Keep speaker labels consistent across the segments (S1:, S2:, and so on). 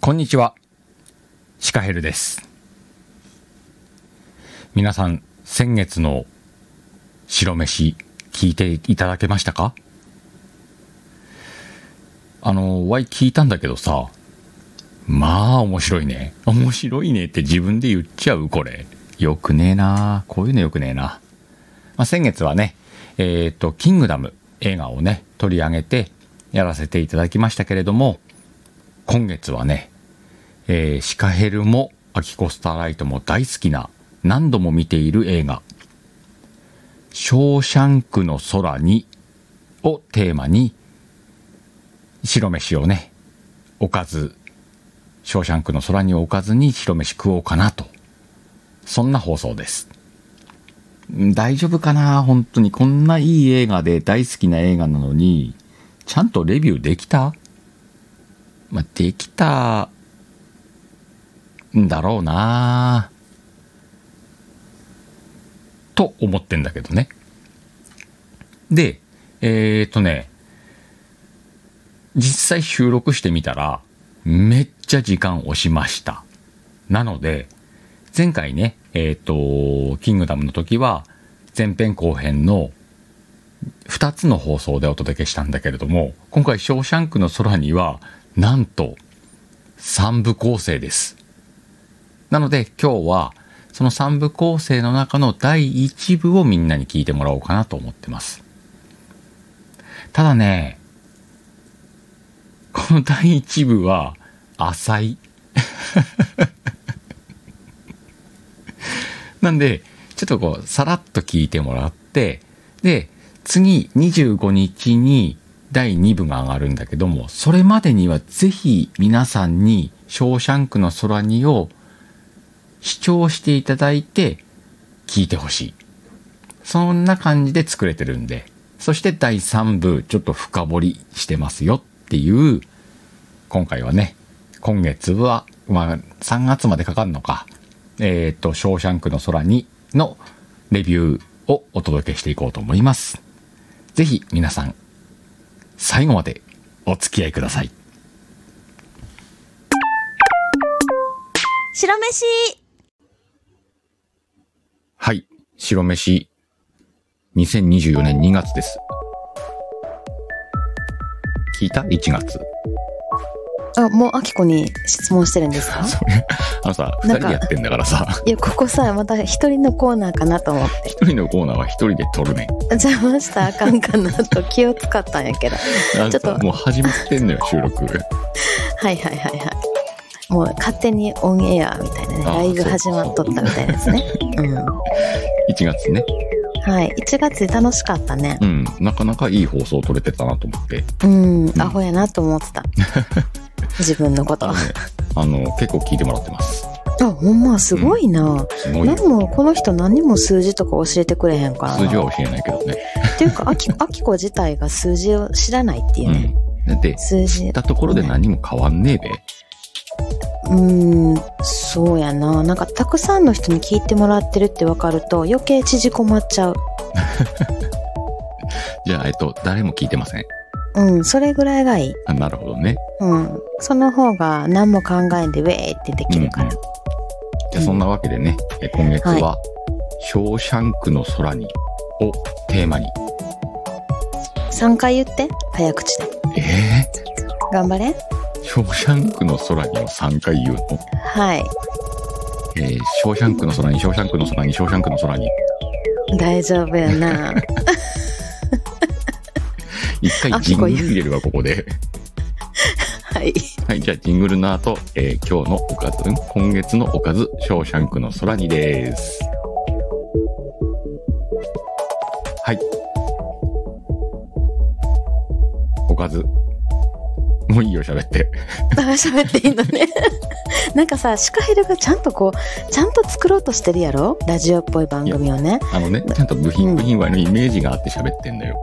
S1: こんにちは。シカヘルです。皆さん、先月の白飯、聞いていただけましたかあの、ワイ聞いたんだけどさ、まあ面白いね。面白いねって自分で言っちゃうこれ。よくねえなこういうのよくねえな。まあ、先月はね、えっ、と、キングダム映画をね、取り上げてやらせていただきましたけれども、今月はね、えーシカヘルもアキコスターライトも大好きな何度も見ている映画、ショーシャンクの空にをテーマに、白飯をね、おかず、ショーシャンクの空におかずに白飯食おうかなと。そんな放送です。ん大丈夫かな本当に。こんないい映画で大好きな映画なのに、ちゃんとレビューできたまあ、できたんだろうなぁと思ってんだけどね。で、えっ、ー、とね、実際収録してみたら、めっちゃ時間押しました。なので、前回ね、えっ、と、キングダムの時は、前編後編の2つの放送でお届けしたんだけれども今回「ショーシャンクの空」にはなんと3部構成ですなので今日はその3部構成の中の第1部をみんなに聞いてもらおうかなと思ってますただね この第1部は浅い なんでちょっとこうさらっと聞いてもらってで次25日に第2部が上がるんだけどもそれまでにはぜひ皆さんに「ショーシャンクの空に」を視聴していただいて聞いてほしいそんな感じで作れてるんでそして第3部ちょっと深掘りしてますよっていう今回はね今月は、まあ、3月までかかるのかえっ、と「ショーシャンクの空に」のレビューをお届けしていこうと思いますぜひ皆さん最後までお付き合いください
S2: 白飯
S1: はい白飯2024年2月です聞いた ?1 月
S2: あ、もうあきこに質問してるんです か
S1: あのさ2
S2: なん
S1: 人
S2: か
S1: でやってんだからさ
S2: いや、ここさ、また一人のコーナーかなと思っ
S1: 1人のコーナーは1人で撮るねん
S2: て。邪魔したらあかんかなと気を使ったんや けど。
S1: あのさ
S2: ちょっと
S1: もう始まってんのよ収録
S2: はいはいはいはい。もう勝手にオンエアみたいなね、
S1: あ
S2: ライブ
S1: そう
S2: 始まっとったみたいですね。うん。
S1: 1月ね
S2: はい。1月楽しかったね。
S1: うんなかなかいい放送撮れてたなと思って
S2: うん、アホやなと思って た。自分のこと。
S1: あの
S2: あ、
S1: ねあの結構聞いてもらってます
S2: ほんますごいな。
S1: すごい
S2: 何
S1: よ
S2: もこの人何も数字とか教えてくれへんからな。
S1: 数字は教えないけどね
S2: っていうか、あき、あきこ自体が数字を知らないっていうね。
S1: うんだって
S2: 数
S1: 言
S2: 字
S1: っ。たところで何も変わんねえべ
S2: うーん、そうやな。なんか、たくさんの人に聞いてもらってるってわかると、余計縮こまっちゃう。
S1: じゃあ、えっと、誰も聞いてません。
S2: うん、それぐらいがいい。
S1: あなるほどね。
S2: うん。その方が何も考えんで、ウェーってできるから。
S1: じゃあ、そんなわけでね、え今月は、ショーシャンクの空にをテーマに。
S2: 3回言って、早口で。
S1: え
S2: 頑張れ。
S1: ー、ショーシャンクの空にを3回言うの
S2: はい。
S1: えー、ショーシャンクの空に、ショーシャンクの空に、ショーシャンクの空に。
S2: 大丈夫やな。
S1: 一回
S2: あ
S1: ジングル
S2: 聞こえる
S1: 入れるわ、ここで。
S2: はい。
S1: はい、じゃあ、ジングルの後、えー今日のおかず、ん今月のおかず、ショーシャンクの空にです。はい。おかず。もういいよ、喋って。
S2: あ喋っていいのね。 なんかさ、シカヘルがちゃんとこう、ちゃんと作ろうとしてるやろラジオっぽい番組をね。
S1: あのね、ちゃんと部
S2: う
S1: 品
S2: ん
S1: 部品はのイメージがあって喋ってんだよ。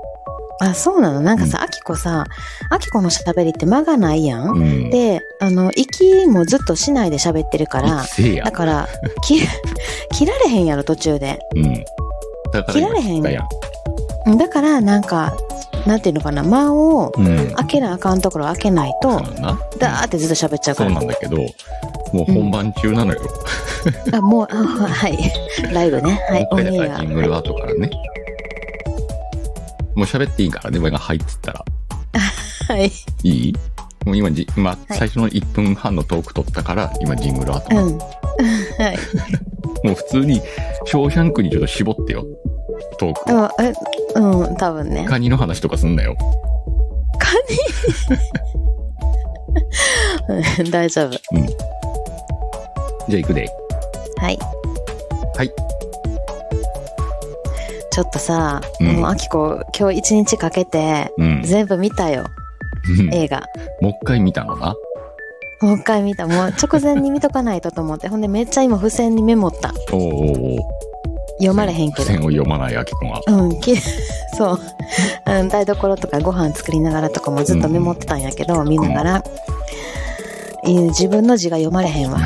S2: あ、そうなのなんかさ、アキコさ、アキコの喋りって間がないやん。
S1: うん。
S2: で、あの、息もずっとしないで喋ってるから、
S1: せいや
S2: だ。から、き 切られへんやろ、途中で。
S1: うん。だから
S2: 切られへん
S1: 今切ったやん。
S2: だから、なんか、なんていうのかな間を
S1: うん
S2: 開けなあかんところ開けない
S1: そ
S2: と
S1: うなんだ
S2: ダーってずっと喋っちゃうか
S1: そう
S2: ら
S1: なんだけどもう本番中なのよ、
S2: あもうあはいライブねはいオ
S1: 今
S2: ン
S1: 回だ
S2: エ
S1: か
S2: ア
S1: らジングルは後からね、もう喋っていいからね俺が入ってったら
S2: はい
S1: いいもう今じ、まあ、
S2: はい
S1: 最初の1分半のトーク取ったから今ジングル後、
S2: うんはい
S1: もう普通に「ショーシャンク」にちょっと絞ってよトーク
S2: あえうん多分ね
S1: カニの話とか すんなよ
S2: カニ うん大丈夫
S1: じゃあ行くで
S2: はい
S1: はい
S2: ちょっとさ、
S1: うん
S2: もうあきこ今日一日かけて
S1: うん
S2: 全部見たよ、
S1: うん
S2: 映画
S1: もう一回見たのな
S2: もう一回見たもう直前に見とかないとと思ってほんでめっちゃ今付箋にメモった
S1: おうおうおう
S2: 読まれへんけ
S1: 付
S2: ど
S1: 箋を読まないあきこが
S2: うんき そう、うん、台所とかご飯作りながらとかもずっとメモってたんやけど、見ながら、いや自分の字が読まれへんわ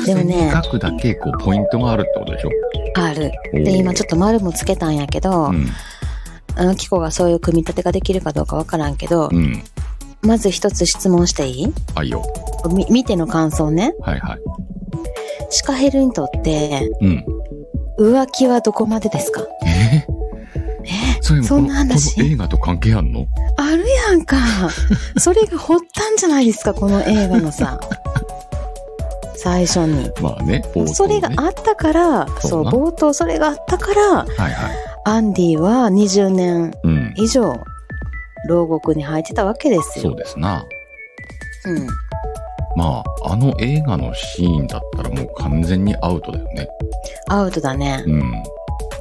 S1: 付
S2: でも
S1: 箋
S2: ね
S1: に書くだけこうポイントがあるってことでしょ
S2: ある
S1: お
S2: で
S1: う
S2: 今ちょっと丸もつけたんやけど、
S1: うん
S2: あのキコがそういう組み立てができるかどうかわからんけど、
S1: うん
S2: まず一つ質問していい
S1: はいよ
S2: み見ての感想ね
S1: はいはい
S2: シカヘルにとって
S1: うん
S2: 浮気はどこまでですか
S1: えそういう
S2: そんな
S1: この
S2: 話
S1: この映画と関係あんの
S2: あるや んかそれが掘ったんじゃないですかこの映画のさ 最初に
S1: まあね冒頭ね
S2: それがあったから
S1: そ
S2: そうう
S1: な
S2: 冒頭それがあったから
S1: はいはい
S2: アンディは20年
S1: うん
S2: 以上牢獄に入ってたわけです
S1: そ
S2: よ
S1: うですな
S2: うん
S1: まああの映画のシーンだったらもう完全にアウトだよね
S2: アウトだね
S1: うん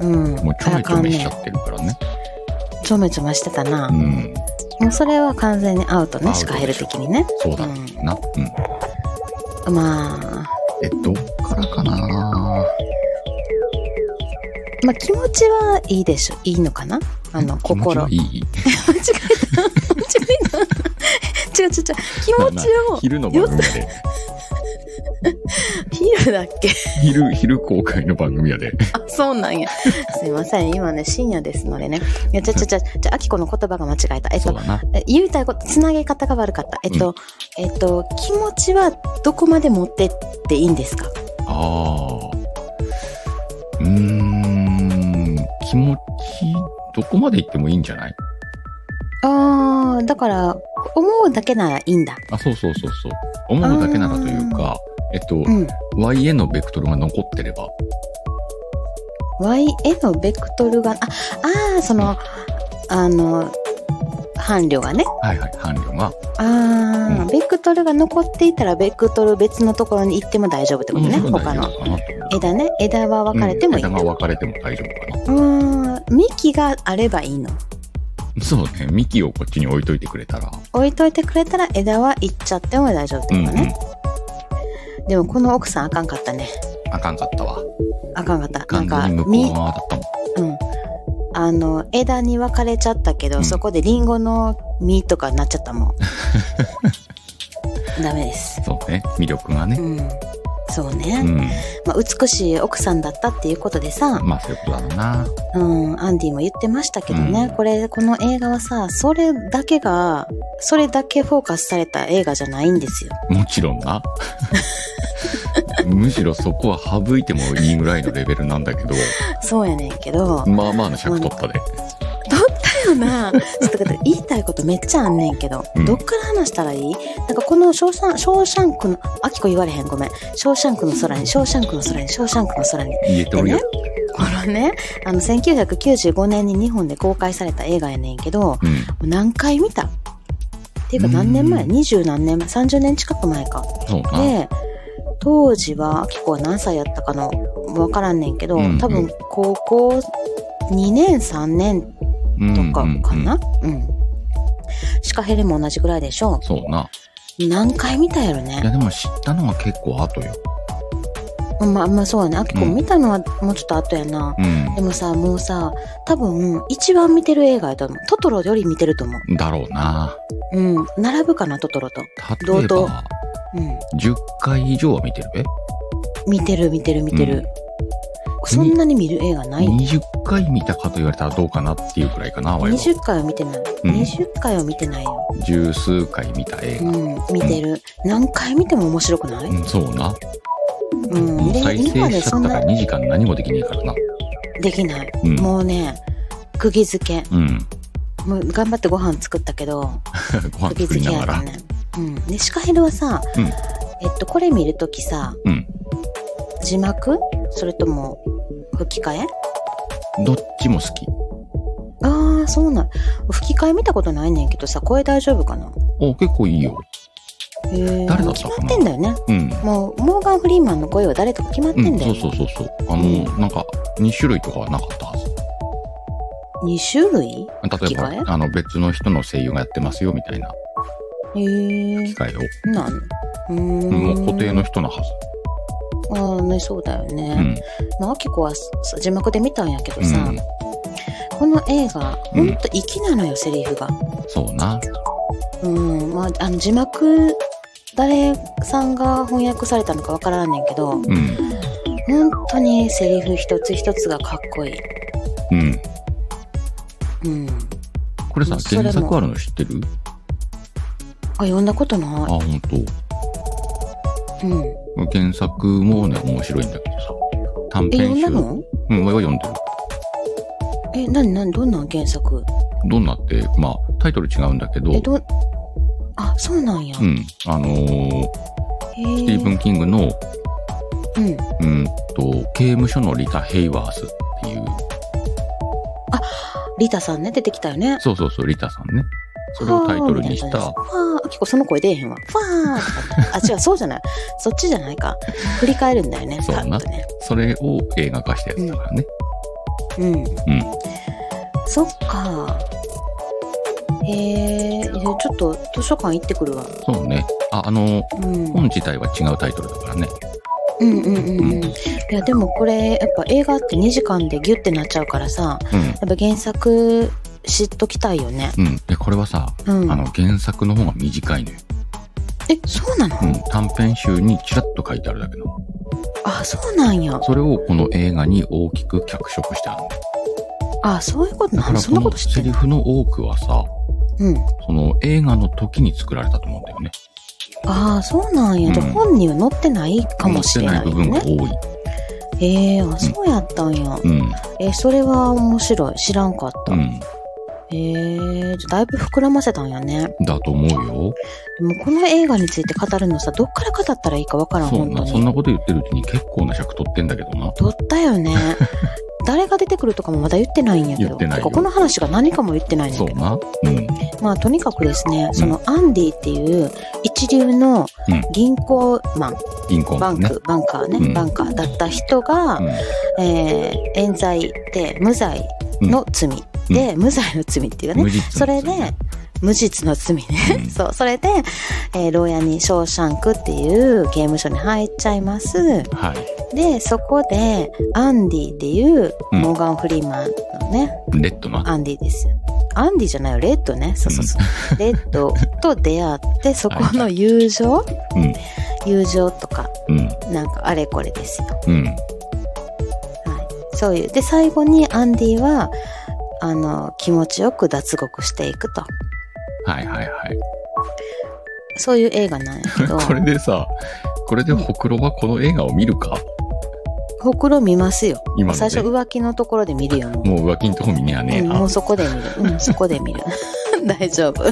S2: うん
S1: もうちょめちょめしちゃ
S2: あかんね
S1: ってるからね
S2: ちょめちょめしてたな、
S1: うん
S2: もうそれは完全にアウト
S1: アウト
S2: ね
S1: でしょ
S2: シカヘル的にね
S1: そうだなうん
S2: まあ
S1: えどっからかな
S2: まあ気持ちはいいでしょいいのかなあの
S1: 気持ち
S2: 心
S1: はいい
S2: 間違えた間違えた違う違う違う気持ちを
S1: 昼の番組やで
S2: 昼だっけ
S1: 昼昼公開の番組やで
S2: あそうなんやすいません今ね深夜ですのでねいやちゃちゃちゃちゃあきこの言葉が間違えたえっ
S1: そう
S2: と
S1: だな
S2: え言いたいことつなげ方が悪かったえっと、えっと気持ちはどこまで持ってっていいんですか
S1: ああ。うーん、気持ち、どこまで行ってもいいんじゃない
S2: あーだから思うだけならいいんだ
S1: あ、そうそうそうそう。思うだけならというか、えっと
S2: う、ん
S1: Y へのベクトルが残ってれば、
S2: Y へのベクトルがああーそのあの伴侶がね
S1: はいはい、伴侶が、
S2: ああ、
S1: うん
S2: ベクトルが残っていたらベクトル別のところに行っても大丈夫ってことね、
S1: うん
S2: 他
S1: 大丈
S2: の
S1: 夫かなと思う。
S2: 枝ね枝は分かれてもいい、う、
S1: うんん枝が分かれても大丈夫か
S2: ん幹があればいいの
S1: な。そうね、幹をこっちに置いといてくれたら、
S2: 置いといてくれたら枝は行っちゃっても大丈夫って
S1: うん、
S2: こ
S1: う
S2: と
S1: ん
S2: ね、。でもこの奥さんあかんかったね
S1: あかんかったわ。
S2: あかんかったなん
S1: 完
S2: か
S1: 全に向こう
S2: み
S1: 側だったもん。
S2: うんあの枝に分かれちゃったけど、
S1: うん
S2: そこでリンゴの実とかになっちゃったもん ダメです
S1: そうね、魅力が
S2: う
S1: ね。
S2: んそう
S1: う
S2: ね、
S1: ん。
S2: まあ、美しい奥さんだったっていうことでさ、
S1: まあ、そういうことだろうな。
S2: うん、アンディも言ってましたけど
S1: う
S2: ね、
S1: ん
S2: これ、この映画はさ、それだけが、それだけフォーカスされた映画じゃないんですよ。
S1: もちろんな。 むしろそこは省いてもいいぐらいのレベルなんだけど、
S2: そうやねんけど、だ
S1: まあまあな尺取ったで。
S2: よな、ちょっと待って言いたいことめっちゃあんねんけど、
S1: うん
S2: どっから話したらいいなんかこのショーシャン、ショーシャンクの、あきこ言われへん、ごめん。ショーシャンクの空に、ショーシャンクの空に、ショーシャンクの空に。
S1: 言えとるよ。
S2: このね、あの、1995年に日本で公開された映画やねんけど、
S1: うん。
S2: 何回見たっていうか何年前
S1: うん
S2: 二十何年前 ?30 年近く前か。
S1: そうな。
S2: で当時は明子は何歳やったかの分からんねんけど、
S1: うんうん
S2: 多分高校2年3年
S1: うん
S2: とかか
S1: うんうん
S2: なうんシカヘルも同じぐらいでしょ
S1: そうな。
S2: 何回見たや
S1: い
S2: ろ
S1: や
S2: ね
S1: でも知ったのは結構後よ。
S2: まあまあそうやね明子
S1: うん
S2: 見たのはもうちょっと後やな、
S1: う
S2: でもさもうさ多分一番見てる映画やと思うトトロより見てると思
S1: ん。だろうな。
S2: ううん並ぶかなトトロと
S1: 例え
S2: 同等
S1: ば、
S2: うん
S1: 10回以上は見てるべ
S2: 見てる見てる見てる、そんなに見る映画ないね
S1: 20回見たかと言われたらどうかなっていうくらいかな、わいは。
S2: 20回は見てない、
S1: うん
S2: 20回は見てないよ
S1: 十数回見た映
S2: う
S1: 画。
S2: ん見てる何回見ても面白くない、
S1: うん、そうな。
S2: うん
S1: もう
S2: で
S1: 再
S2: 今
S1: 生
S2: ね
S1: しちゃ
S2: そ
S1: っ
S2: ん
S1: たら
S2: な
S1: 2時間何もできねえからな。
S2: できない、
S1: うん
S2: もうね釘付け
S1: うん。
S2: もう頑張ってご飯作ったけど
S1: ご飯
S2: 釘
S1: 作
S2: 付
S1: り
S2: け
S1: なが
S2: やった
S1: ら。
S2: ねうんでシカヘルはさ、
S1: うん
S2: えっとこれ見るときさ
S1: うん。
S2: 字幕それとも吹き替え
S1: どっちも好き。
S2: ああそうなん吹き替え見たことないねんけどさ声大丈夫かな
S1: お、結構いいよ。
S2: へえ
S1: 誰だ
S2: もう
S1: ったか
S2: 決
S1: な
S2: まってんだよね
S1: うん。
S2: もうモーガン・フリーマンの声は誰とか決まって
S1: うんん、
S2: だよ、
S1: そうそうそうそう。あの、なんか、2種類とかはなかったはず。
S2: 2種類
S1: 例え
S2: 吹き替え
S1: ば、あの、別の人の声優がやってますよ、みたいな
S2: へえ
S1: 機会を。
S2: なんうーん
S1: うんもう固定の人のはず。
S2: ああねそうだよ
S1: う
S2: ね、
S1: ん。
S2: まああきこはさ字幕で見たんやけど
S1: う
S2: さ、
S1: ん。
S2: この映画
S1: う
S2: ほ
S1: ん
S2: んと粋なのよセリフが
S1: そうな。
S2: うんまああの字幕誰さんが翻訳されたのかわからんねんけど
S1: うん。
S2: 本当にセリフ一つ一つがかっこいい
S1: うん。
S2: うん
S1: これさ、
S2: それも
S1: 原作あるの知ってる
S2: あ読んだこと
S1: あ、
S2: な
S1: ほんと。
S2: いうん
S1: 原作もね、面白いんだけどさ。短
S2: え
S1: 編集。
S2: 読んだの
S1: うん、俺は読んでる。
S2: え、なになにどんなん原作
S1: どんなって、まあ、タイトル違うんだけど、
S2: え、どん、あ、そうなんや。
S1: うん、あのー
S2: へー
S1: スティーブン・キングの、
S2: うん。
S1: うんと、刑務所のリタ・ヘイワースっていう、
S2: リタさんね、出てきたよね。
S1: そうそうそう、リタさんね。それをタイトルにし
S2: ファー
S1: た
S2: み、いな感じですファー、結構その声出えへんわ。ファーとかってあ、違う、そうじゃない。そっちじゃない か。振り返るんだよね。
S1: そう
S2: パ
S1: だ
S2: ッ
S1: な
S2: とね。
S1: それを映画化したやつだからね。
S2: うん。
S1: うん。
S2: そっか。へえ、ちょっと図書館行ってくるわ。
S1: そうね。あ、あのー
S2: うん。う
S1: 本
S2: ん
S1: 自体は違うタイトルだからね。
S2: うんうんうん。
S1: うん
S2: いや、でもこれ、やっぱ映画って2時間でギュってなっちゃうからさ、
S1: うん。
S2: やっぱ原作知っときたいよね。
S1: うん。で、これはさ、
S2: うん。
S1: あの、原作の方が短いのよ。
S2: え、そうなの、
S1: うん。短編集にちらっと書いてあるだけど。
S2: あ、そうなんや。
S1: それをこの映画に大きく脚色してあるの。
S2: あ、そういうこと
S1: だ
S2: な
S1: か
S2: の
S1: ら
S2: そ
S1: こ
S2: んなこ
S1: の
S2: と知って
S1: セ
S2: る
S1: リフの多くはさ、
S2: うん。
S1: その映画の時に作られたと思うんだよね。
S2: ああ、そうなんや。じゃあ
S1: うん
S2: 本には載ってないかもしれない
S1: 載っ
S2: よ
S1: てない部分が
S2: ね。
S1: 多い。
S2: ええー、あ、そうやったんや。
S1: うん。
S2: えそれは面白い。知らんかった。
S1: うん。
S2: ええじゃあだいぶ膨らませたんやね。
S1: だと思うよ。
S2: でもこの映画について語るのさ、どっから語ったらいいかわからん、
S1: そう
S2: 本当
S1: な。そん
S2: に。
S1: なこと言ってるうちに結構な尺取ってんだけどな。
S2: 撮ったよ ね。誰が出てくるとかもまだ言ってないんやけど。
S1: 言ってないよ
S2: てかこの話が何かも言ってないん
S1: そ
S2: だ
S1: う
S2: けど。
S1: な。うん。
S2: まあとにかくですね、そのアンディっていう一流の銀行マン、
S1: 銀行
S2: バ
S1: も
S2: ン
S1: ね。
S2: ク、バンカーね、
S1: うん
S2: バンカーだった人が、えー冤罪で無罪の罪で、無罪の罪っていう
S1: う
S2: か
S1: ん。無
S2: ね、
S1: 実の
S2: それで
S1: 罪ね、
S2: 無実の罪ね。
S1: うん
S2: そう、それで、えー牢屋にショーシャンクっていう刑務所に入っちゃいます。
S1: はい。
S2: で、そこで、アンディっていう、
S1: うん
S2: モーガン・フリーマンのね、
S1: レッドな。
S2: アンディですよ。アンディじゃないよ、レッドね。そうそうそう。レッドと出 会って、そこの友情、
S1: うん
S2: 友情とか、
S1: うん。
S2: なんかあれこれですよ。
S1: うん。
S2: はい、そういうで最後にアンディはあの気持ちよく脱獄していくと
S1: はいはいはい。
S2: そういう映画なんやけど
S1: これでさ、これでほくろはこの映画を見るか
S2: ほくろ見ますよ
S1: 今の
S2: 最
S1: で
S2: 初。浮気のところで見るよもう
S1: もう浮気んとこ見ねやねえ
S2: うん
S1: な。
S2: もうそこで見る。 うん、そこで見る。大丈 夫。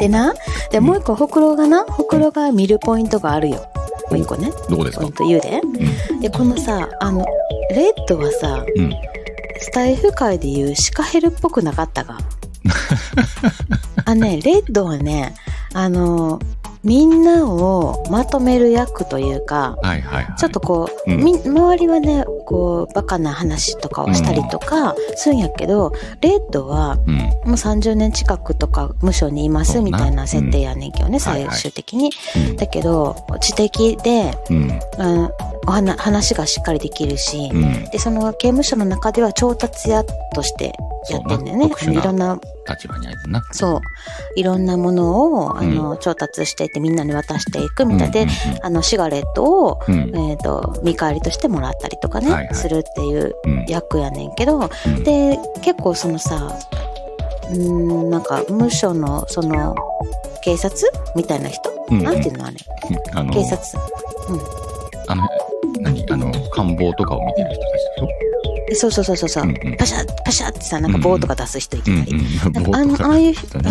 S2: でな、で、もう一個、ほくろがな、ほくろが見るポイントがあるよ。もう一個ね、
S1: どこです
S2: ポイ
S1: か
S2: ント言うで。で、このさ、あの、レッドはさ、
S1: うん
S2: スタイフ界で言うシカヘルっぽくなか ったが。あね、レッドはね、あの、みんなをまとめる役というか、
S1: はいはいはい。
S2: ちょっとこう、
S1: うん
S2: み周りはね、こう、バカな話とかをしたりとかするんやけど、レッドは
S1: うん。うん。
S2: もう30年近くとか無償にいま
S1: そ
S2: す
S1: うな
S2: みたいな設定やねんけどね、
S1: はい
S2: 最
S1: はい
S2: 終的に。だけど、知的で、
S1: うん。
S2: うん、おはな話がしっかりできるし、
S1: うん。
S2: で、その刑務所の中では調達屋としてやってんだよ
S1: そう
S2: ね
S1: な。特
S2: あ
S1: 殊な
S2: の
S1: い
S2: ろんな、
S1: 立場にあるな。
S2: そう、いろんなものを、あの、
S1: う
S2: 調達していってみんなに渡していくみたいで、あの、シガレットを、
S1: うん、うんうん
S2: えっ、と、見返りとしてもらったりとかね、
S1: はいはい
S2: するっていう
S1: うん
S2: 役やねんけど、
S1: うん
S2: で結構そのさうーんなんか無所のその警察みたいな人、
S1: うんうん
S2: なんていうのあれ
S1: あの
S2: 警察
S1: あの何あの官房とかを見てる人たちでしょ
S2: えそうそうそうそうそう、
S1: うんうん
S2: パシャッパシャッってさなんか棒とか出す人いたり、
S1: うんうん、
S2: なん
S1: 棒とか
S2: かあんああいう
S1: だね、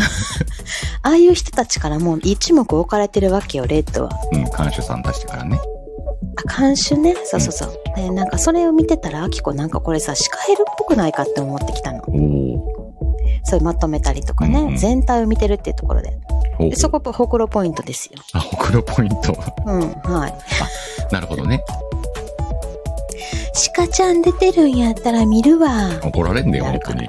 S2: ああいう人たちからもう一目置かれてるわけよレッドは
S1: うん、看守さん出してからね。
S2: あ監修ねそうそうそう、でなんかそれを見てたらあきこなんかこれさシカヘルっぽくないかって思ってきたの
S1: おお。
S2: そういうまとめたりとかね、
S1: うんうん
S2: 全体を見てるっていうところで
S1: ほう
S2: でそこほくろポイントですよ
S1: あ、ほくろポイント。
S2: うんはい
S1: なるほどね。
S2: 鹿ちゃん出てるんやったら見るわ
S1: 怒られんだよ、本当に。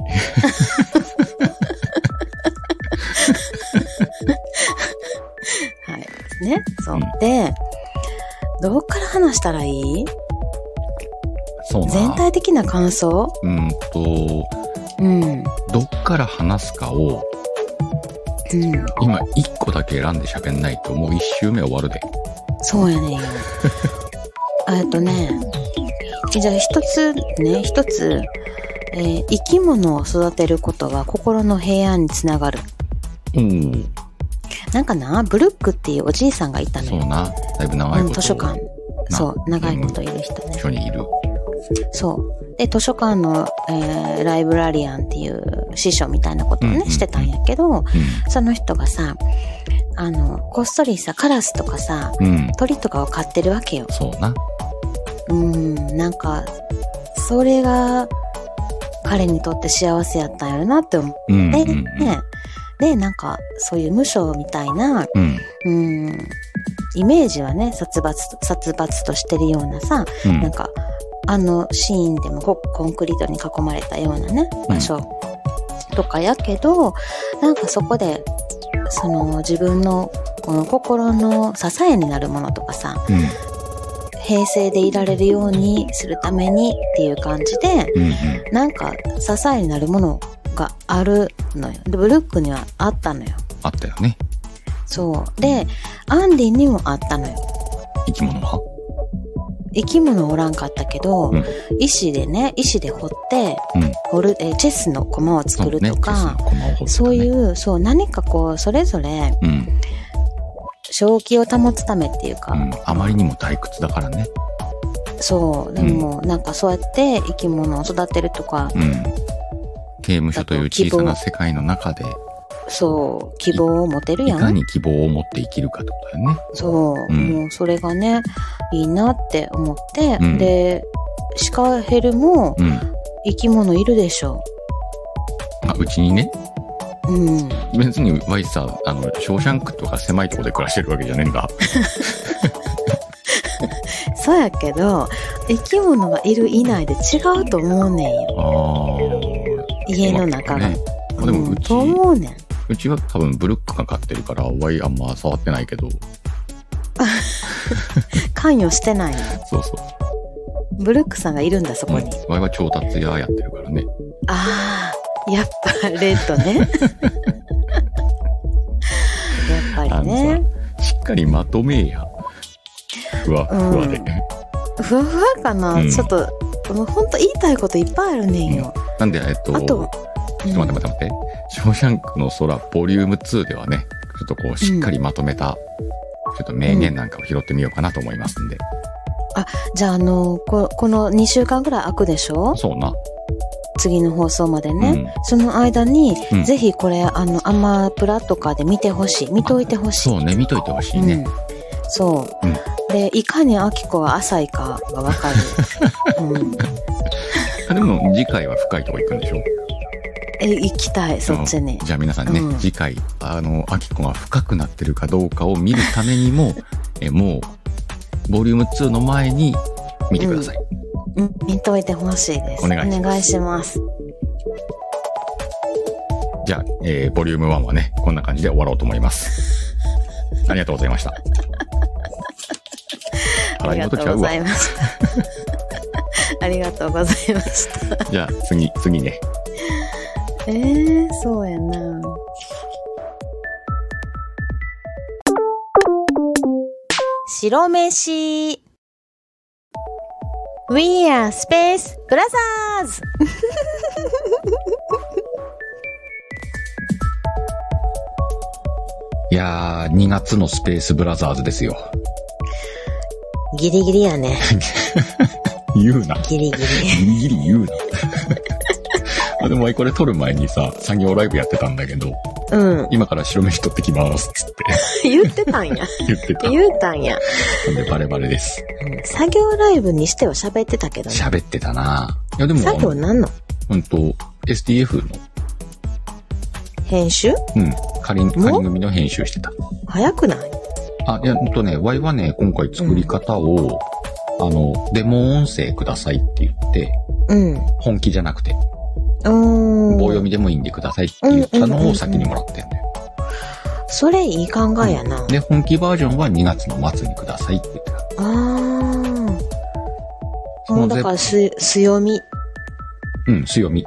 S2: はい。ね。そう。
S1: うん
S2: で、どっから話したらいい
S1: そうな。
S2: 全体的な感想
S1: うんと、
S2: うん。
S1: どっから話すかを、
S2: うん。
S1: 今一個だけ選んで喋んないと、もう一周目終わるで。
S2: そうや ねん。えっとね、じゃあ一つね、一つ、えー生き物を育てることは心の平安につながる。
S1: おお。
S2: なんかな、ブルックっていうおじいさんがいたの
S1: そう
S2: よ。
S1: な。だいぶ長い
S2: うん、
S1: こと。
S2: 図書館。
S1: な
S2: そう、長いこといる人ね
S1: 一。緒にいる。
S2: そう。で、図書館の、えーライブラリアンっていう師匠みたいなことをね、
S1: うんうんうん
S2: してたんやけど、
S1: う
S2: その人がさ、あの、こっそりさ、カラスとかさ、
S1: ん。うん。
S2: 鳥とかを飼ってるわけよ。
S1: そうな。
S2: うーん、なんか、それが、彼にとって幸せやったんやろなって思っ
S1: うん。う
S2: て、
S1: ん。
S2: ね。で、なんか、そういう無償みたいな、
S1: うん。
S2: うーん、イメージはね、殺伐、殺伐としてるようなさ、
S1: う
S2: なん
S1: ん。
S2: か、あのシーンでもココンクリートに囲まれたようなね、場所とかやけど、なんかそこで、その自分のこの心の支えになるものとかさ、
S1: うん。
S2: 平成でいられるようにするためにっていう感じで、
S1: うん。
S2: なんか支えになるものがあるのよ。で、ブルックにはあったのよ。
S1: あったよね。
S2: そう。で、アンディにもあったのよ。
S1: 生き物は。
S2: 生き物おらんかったけど、
S1: うん
S2: 石でね、石で掘って、
S1: うん。
S2: 掘る、えーチェスの駒を
S1: そう
S2: 作る
S1: ね。
S2: とか、
S1: チェスの駒を彫るとかね
S2: そうい。う、そう、何かこう、それぞれ、
S1: うん。
S2: 正気を保つためっていうか、
S1: うん、あまりにも退屈だからね。
S2: そう、でも、なんかそうやって生き物を育てるとか、
S1: うん。刑務所という小さな世界の中で、
S2: そう、希望を持てる
S1: い
S2: や
S1: か
S2: ん。
S1: に希望を持って生きるかってことだよね。
S2: そう、
S1: うん
S2: もうそれがね、いいなって思って、
S1: うん
S2: で、シカヘルも
S1: うん。
S2: 生き物いるでしょ
S1: あ、うちにね、
S2: う。うん。
S1: 別にワイさ、あの、ショーシャンクとか狭いところで暮らしてるわけじゃねえん だ。
S2: そうやけど、生き物がいるいないで違うと思うねんよ。
S1: ああ。
S2: 家の中が。
S1: ねまあでも
S2: うん
S1: うち、
S2: と思うねん。
S1: うちは多分ブルックが飼ってるから、ワイあんま触ってないけど、
S2: 関与してないの。
S1: そうそう。
S2: ブルックさんがいるんだ、そこに。
S1: うんワイは調達屋やってるからね。
S2: ああ、やっぱレッド ね。やっぱ
S1: あ
S2: り
S1: の
S2: ね。
S1: さ、しっかりまとめえや。ふわふわで。
S2: うんふわふわかな、
S1: うん
S2: ちょっと、もうほんと言いたいこといっぱいあるねんよ。
S1: なんで、えっと、ちょ
S2: あと、
S1: っと待って待って待って。ショーシャンクの空ボリューム2ではね、ちょっとこうしっかりまとめた、ちょっと名言なんかを拾ってみようかなと思いますんで。
S2: じゃあ、あのこ、この2週間ぐらい空くでしょ
S1: そうな。
S2: 次の放送まで
S1: う
S2: ね。
S1: ん。
S2: その間に、
S1: うん
S2: ぜひこれ、あの、アマプラとかで見てほしい。見といてほしい。
S1: そうね、見といてほしいね。
S2: うん、そう、
S1: うん
S2: で、いかにアキコは浅いかが わかる。うん
S1: あでも次回は深いとこ行くんでしょ
S2: え、行きたい、そっちに
S1: あの。じゃあ皆さんね、
S2: うん
S1: 次回、あの、アキコが深くなってるかどうかを見るためにも、えもう、ボリューム2の前に見てください。
S2: うん見といてほしいです。
S1: お願いします
S2: お願いします。
S1: じゃあ、えーボリューム1はね、こんな感じで終わろうと思います。ありがとうございました。
S2: ありがとうございま した。ありがとうございました。
S1: じゃあ次、次ね。
S2: えー、そうやな。白飯。 We are Space Brothers!
S1: いやー、2月のスペースブラザーズですよ。
S2: ギリギリやね。
S1: 言うな。
S2: ギリギリ。
S1: ギリギリ言うな。 あでもこれ撮る前にさ、産業ライブやってたんだけど、
S2: うん。
S1: 今から白飯取ってきますっつっ
S2: 言ってたんや。
S1: て言ってた。
S2: 言うたんや。
S1: なんでバレバレです。
S2: 作業ライブにしては喋ってたけどね。
S1: 喋ってたないやでも、
S2: 作業なんの
S1: うんと、SDF の、
S2: 編集
S1: うん、仮に、仮組の編集してた。
S2: 早くない
S1: あ、いや、ほんとね、Y はね、今回作り方を、あの、デモ音声くださいって言って、
S2: うん。う
S1: 本気じゃなくて、
S2: ーん。
S1: 棒読みでもいいんでくださいって言ったのを先にもらってんだよ。
S2: それいい考えやな。
S1: で、本気バージョンは2月の末にくださいって言ってた。
S2: あー
S1: その
S2: うん。
S1: ぜ
S2: だからす、強み。
S1: うん、強み。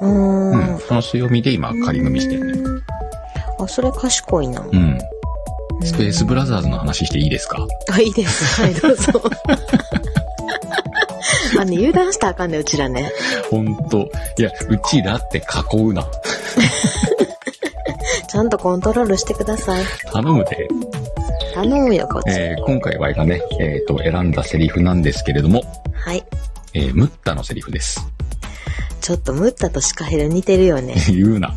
S2: うーん。
S1: うん、その強みで今仮組してるね。
S2: るあ、それ賢いな。
S1: うん。スペースブラザーズの話していいですか
S2: あ、いいです。はい、どうぞ。 あね、油断したらあかんね、うちらね。
S1: ほんと。いや、うちらって囲うな。
S2: ちゃんとコントロールしてください。
S1: 頼むで。
S2: 頼むよ、こっち。
S1: えー今回 Y がね、えっ、と、選んだセリフなんですけれども、
S2: はい。
S1: えームッタのセリフです。
S2: ちょっとムッタとシカヘル似てるよ ね。
S1: 言うな。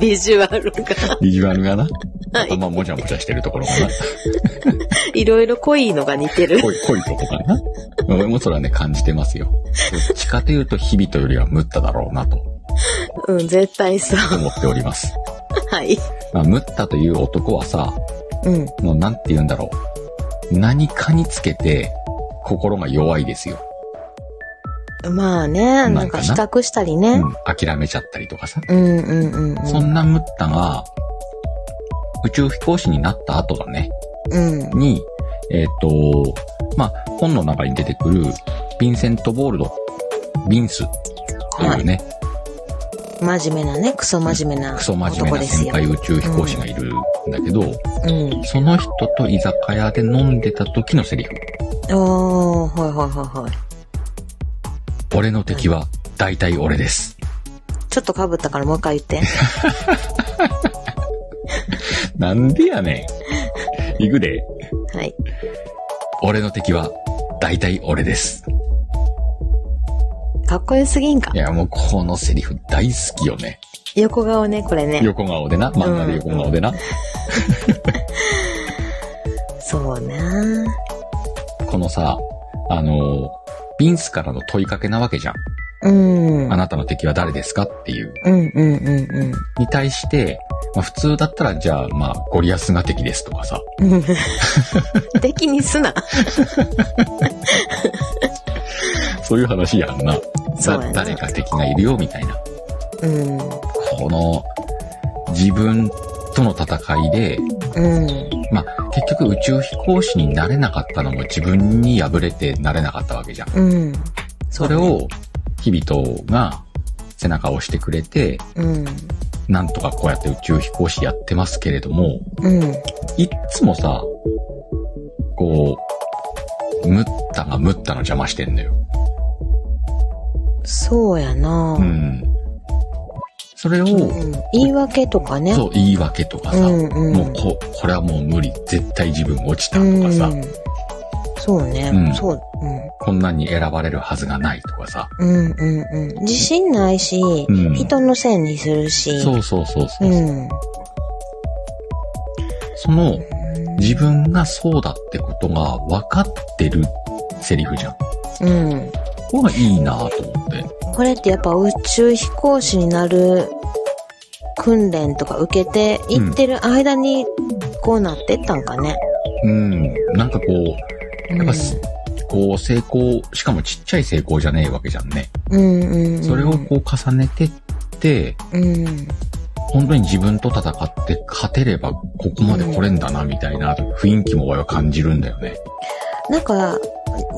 S2: ビジュアルが。
S1: ビジュアルがな。
S2: はい
S1: 頭もじゃもじゃしてるところかな。
S2: いろいろ濃いのが似てる。
S1: 濃い、濃いとこかな。俺もそれはね、感じてますよ。どっちかというと、日々とよりはムッタだろうなと
S2: うん、絶対そう。
S1: 思っております。
S2: はい。
S1: まあ、ムッタという男はさ、
S2: うん。
S1: もうなんて言うんだろう。何かにつけて、心が弱いですよ。
S2: まあね、なんか比較したりね。
S1: うん。諦めちゃったりとかさ。
S2: うんうんうんうん。
S1: そんなムッタが、宇宙飛行士になった後だね。
S2: うん。
S1: に、えっ、と、まあ、本の中に出てくる、ヴィンセント・ボールド、ヴィンスというね、
S2: 真面目なね、クソ真面目な
S1: クソ真面目
S2: 男
S1: な
S2: です
S1: 先
S2: よ。
S1: 輩宇宙飛行士がいるんだけど、
S2: うん。
S1: その人と居酒屋で飲んでた時のセリフ。
S2: おー、はいはいはいはい。
S1: 俺の敵は大体俺です。
S2: ちょっと被ったからもう一回言って。
S1: なんでやねん。行くで。
S2: はい。
S1: 俺の敵は大体俺です。
S2: かっこよすぎんか
S1: い。や、もうこのセリフ大好きよね。
S2: 横顔ね、これね。
S1: 横顔でな。漫画で横顔でな。
S2: そうな
S1: このさ、あの、ビンスからの問いかけなわけじゃん。
S2: うん。う
S1: あ
S2: ん
S1: なたの敵は誰ですかっていう。
S2: うんうん
S1: に対して、まあ普通だったら、じゃあ、まあ、ゴリアスが敵ですとかさ。
S2: うん。敵にすな。
S1: そういう話やんな。
S2: そう
S1: だ
S2: やな
S1: 誰か敵がいるよ、みたいな。
S2: うん。
S1: この、自分との戦いで、
S2: うん。
S1: まあ、結局宇宙飛行士になれなかったのも自分に敗れてなれなかったわけじゃん。
S2: うん。
S1: それを、日々とが背中を押してくれて、
S2: うん。
S1: なんとかこうやって宇宙飛行士やってますけれども、
S2: うん。
S1: いっつもさ、こう、ムッタがムッタの邪魔してんだよ。
S2: そうやな
S1: うん。それを、
S2: うん言い訳とかね。
S1: そう、言い訳とかさ、
S2: うんうん
S1: もうこ、これはもう無理、絶対自分落ちた
S2: う
S1: とかさ、
S2: ん。そうね。
S1: うん
S2: そう。
S1: こんなんに選ばれるはずがないとかさ、
S2: うん。うんうんうん。自信ないし、
S1: うん
S2: 人のせいにするし。
S1: そうそうそうそうう、
S2: ん。
S1: その、自分がそうだってことが分かってるセリフじゃん。
S2: うん。
S1: ここがいいなぁと思って。
S2: これってやっぱ宇宙飛行士になる訓練とか受けていってる間にこうなってったんかね。
S1: うん。なんかこう、
S2: うん、
S1: やっぱすこう成功、しかもちっちゃい成功じゃねえわけじゃんね。
S2: うんうんうん、
S1: それをこう重ねてって、
S2: うん。
S1: 本当に自分と戦って勝てればここまで来れんだなみたいな雰囲気も俺は感じるんだよね。
S2: なんか、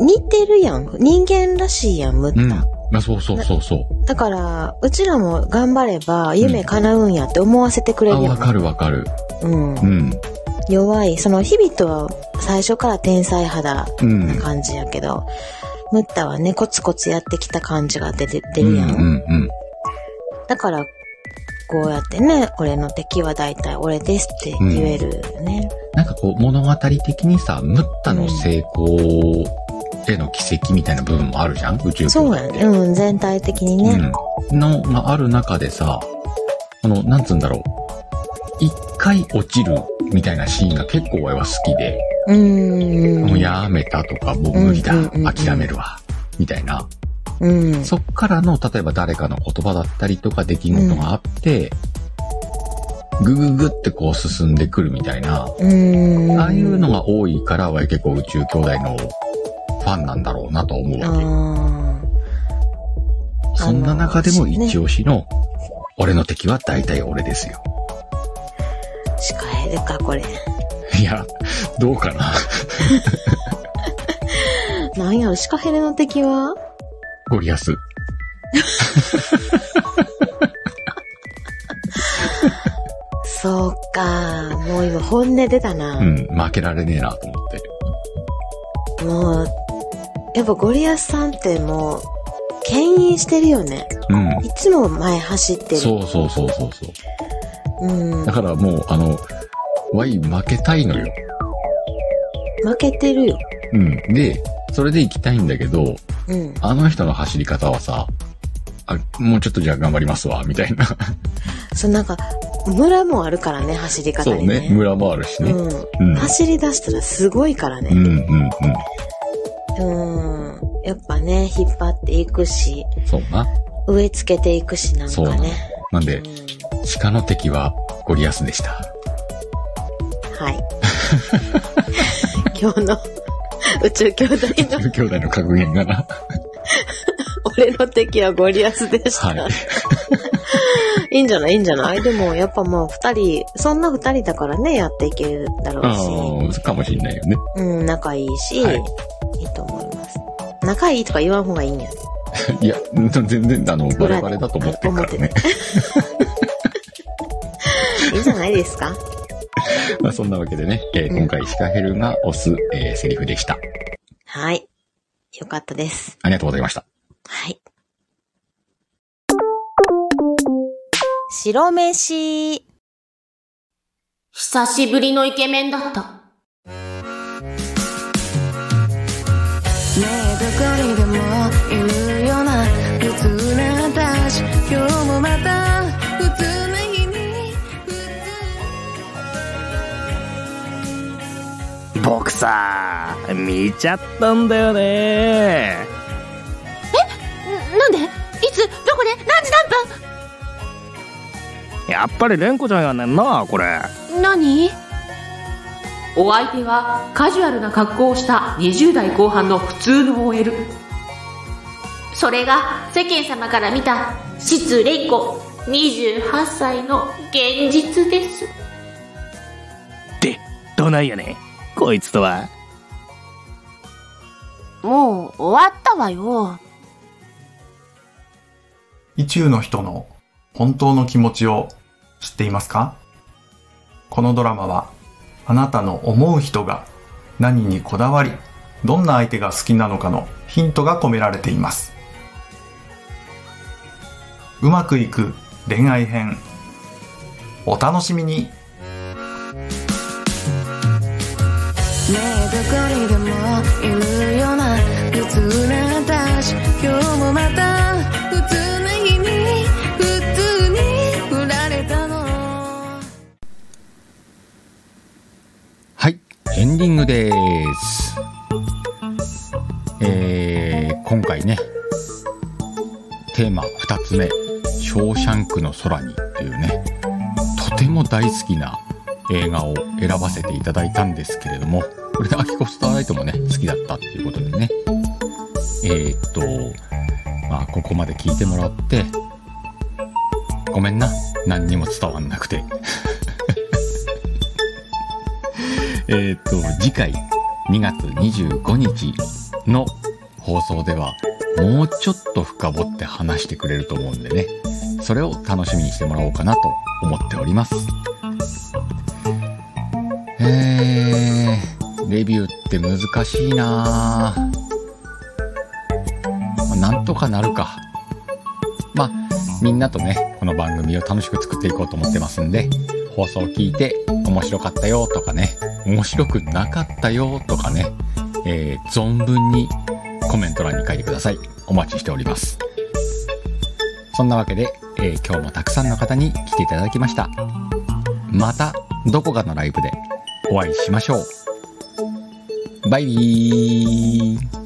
S2: 似てるやん。人間らしいやん、ム
S1: うん。
S2: ッ
S1: ま
S2: タ。
S1: あそうそうそうそう。
S2: だから、うちらも頑張れば夢叶うんやって思わせてくれ
S1: あ、
S2: るや
S1: わ
S2: ん。
S1: かるわかる。
S2: うん
S1: う。ん。
S2: 弱いその日々とは最初から天才肌
S1: うん
S2: な感じやけど、ムッタはねコツコツやってきた感じが出て出
S1: うん
S2: る
S1: う
S2: やん、
S1: んうん。
S2: だからこうやってね俺の敵は大体俺ですって言えるよね、
S1: なんかこう物語的にさ、ムッタの成功への奇跡みたいな部分もあるじゃん宇宙
S2: そ
S1: 空
S2: う
S1: 間
S2: や
S1: って。
S2: ねうん全体的にね、
S1: うん。のがある中でさ、この、なんつうんだろう。一回落ちるみたいなシーンが結構俺は好きで、
S2: うーん。
S1: もうやめたとか、もう無理だ
S2: うんうんうんう、ん
S1: 諦めるわ、みたいな。
S2: うん。
S1: そっからの、例えば誰かの言葉だったりとか出来事があって、ぐぐぐってこう進んでくるみたいな、
S2: うーん。
S1: ああいうのが多いから、俺結構宇宙兄弟のファンなんだろうなと思うわけ。
S2: あー
S1: そんな中でも
S2: あの
S1: 一押しの、俺の敵は大体俺ですよ。
S2: ーしかえるか、これ。
S1: いや、 どうかな。
S2: なんやろ、シカヘルの敵は
S1: ゴリアス。
S2: そうか。もう今本音出たな。
S1: うん、負けられねえなと思って。
S2: もう、やっぱゴリアスさんってもう、牽引してるよね。
S1: うん。
S2: いつも前走ってる。
S1: そうそうそうそうそう。
S2: うん
S1: だ。からもう、あの、ワイン負けたいのよ。
S2: 負けてるよ。
S1: うん。で、それで行きたいんだけど、
S2: うん。
S1: あの人の走り方はさ、あ、もうちょっとじゃあ頑張りますわ、みたいな。
S2: そう、なんか、村もあるからね、走り方
S1: そう
S2: にね。
S1: ね、村もあるしね。
S2: うん。
S1: うん。
S2: 走り出したらすごいからね。
S1: うん、うん、
S2: うん。やっぱね、引っ張っていくし、
S1: うん。そうな。
S2: 植え付けていくしなんか
S1: そうなの
S2: ね。
S1: なん
S2: う
S1: で、
S2: ん、
S1: 鹿の敵はゴリアスで した。
S2: はい。 今日の宇宙兄弟の
S1: 兄弟の格言がな。
S2: 俺の敵はゴリアスでした。
S1: はい
S2: い、。いんじゃないいいんじゃないでもやっぱもう二人、そんな二人だからね、やっていけるだろうし、
S1: うん、かもしんないよね。
S2: うん、仲いいし、
S1: はい
S2: い、いと思います。仲いいとか言わん方がいいんや。
S1: いや、全然、あの、バレバレだと思ってる からね。
S2: いいんじゃないですか
S1: まあ、そんなわけでね、えー今回、シカヘルが押す、えーセリフでした。
S2: はい。よかったです。
S1: ありがとうございました。
S2: はい。白飯。
S3: 久しぶりのイケメンだった。
S4: ねえどこにでもいるような普通な私今日もまた普通な日に普
S5: 僕さ見ちゃったんだよね
S3: なんでいつどこで何時
S5: やっぱり蓮子ちゃんやねんなこれ
S3: 何分何お相手はカジュアルな格好をした20代後半の普通の OL それが世間様から見た失礼子28歳の現実です
S5: でどないやねんこいつとは
S3: もう終わったわよ
S6: 意中の人の本当の気持ちを知っていますかこのドラマはあなたの思う人が何にこだわりどんな相手が好きなのかのヒントが込められていますうまくいく恋愛編お楽しみに
S4: 通ねえどこにでもいるような普通な私今日もまた普通な日に普通に振られたの
S1: はい、エンディングです。えー、今回ね、テーマ2つ目、ショーシャンクの空にっていうね、とても大好きな映画を選ばせていただいたんですけれども、これでアキコスターライトもね、好きだったっていうことでね、えー、っと、まあ、ここまで聞いてもらって、ごめんな、何にも伝わんなくて。 えーっと、次回2月25日の放送では、もうちょっと深掘って話してくれると思うんでね、それを楽しみにしてもらおうかなと思っております。えねレビューって難しいなまあなんとかなるかまあみんなとねこの番組を楽しく作っていこうと思ってますんで放送を聞いて面白かったよとかね面白くなかったよとかね、えー存分にコメント欄に書いてくださいお待ちしておりますそんなわけで、えー今日もたくさんの方に来ていただきましたまたどこかのライブでお会いしましょう。バイビー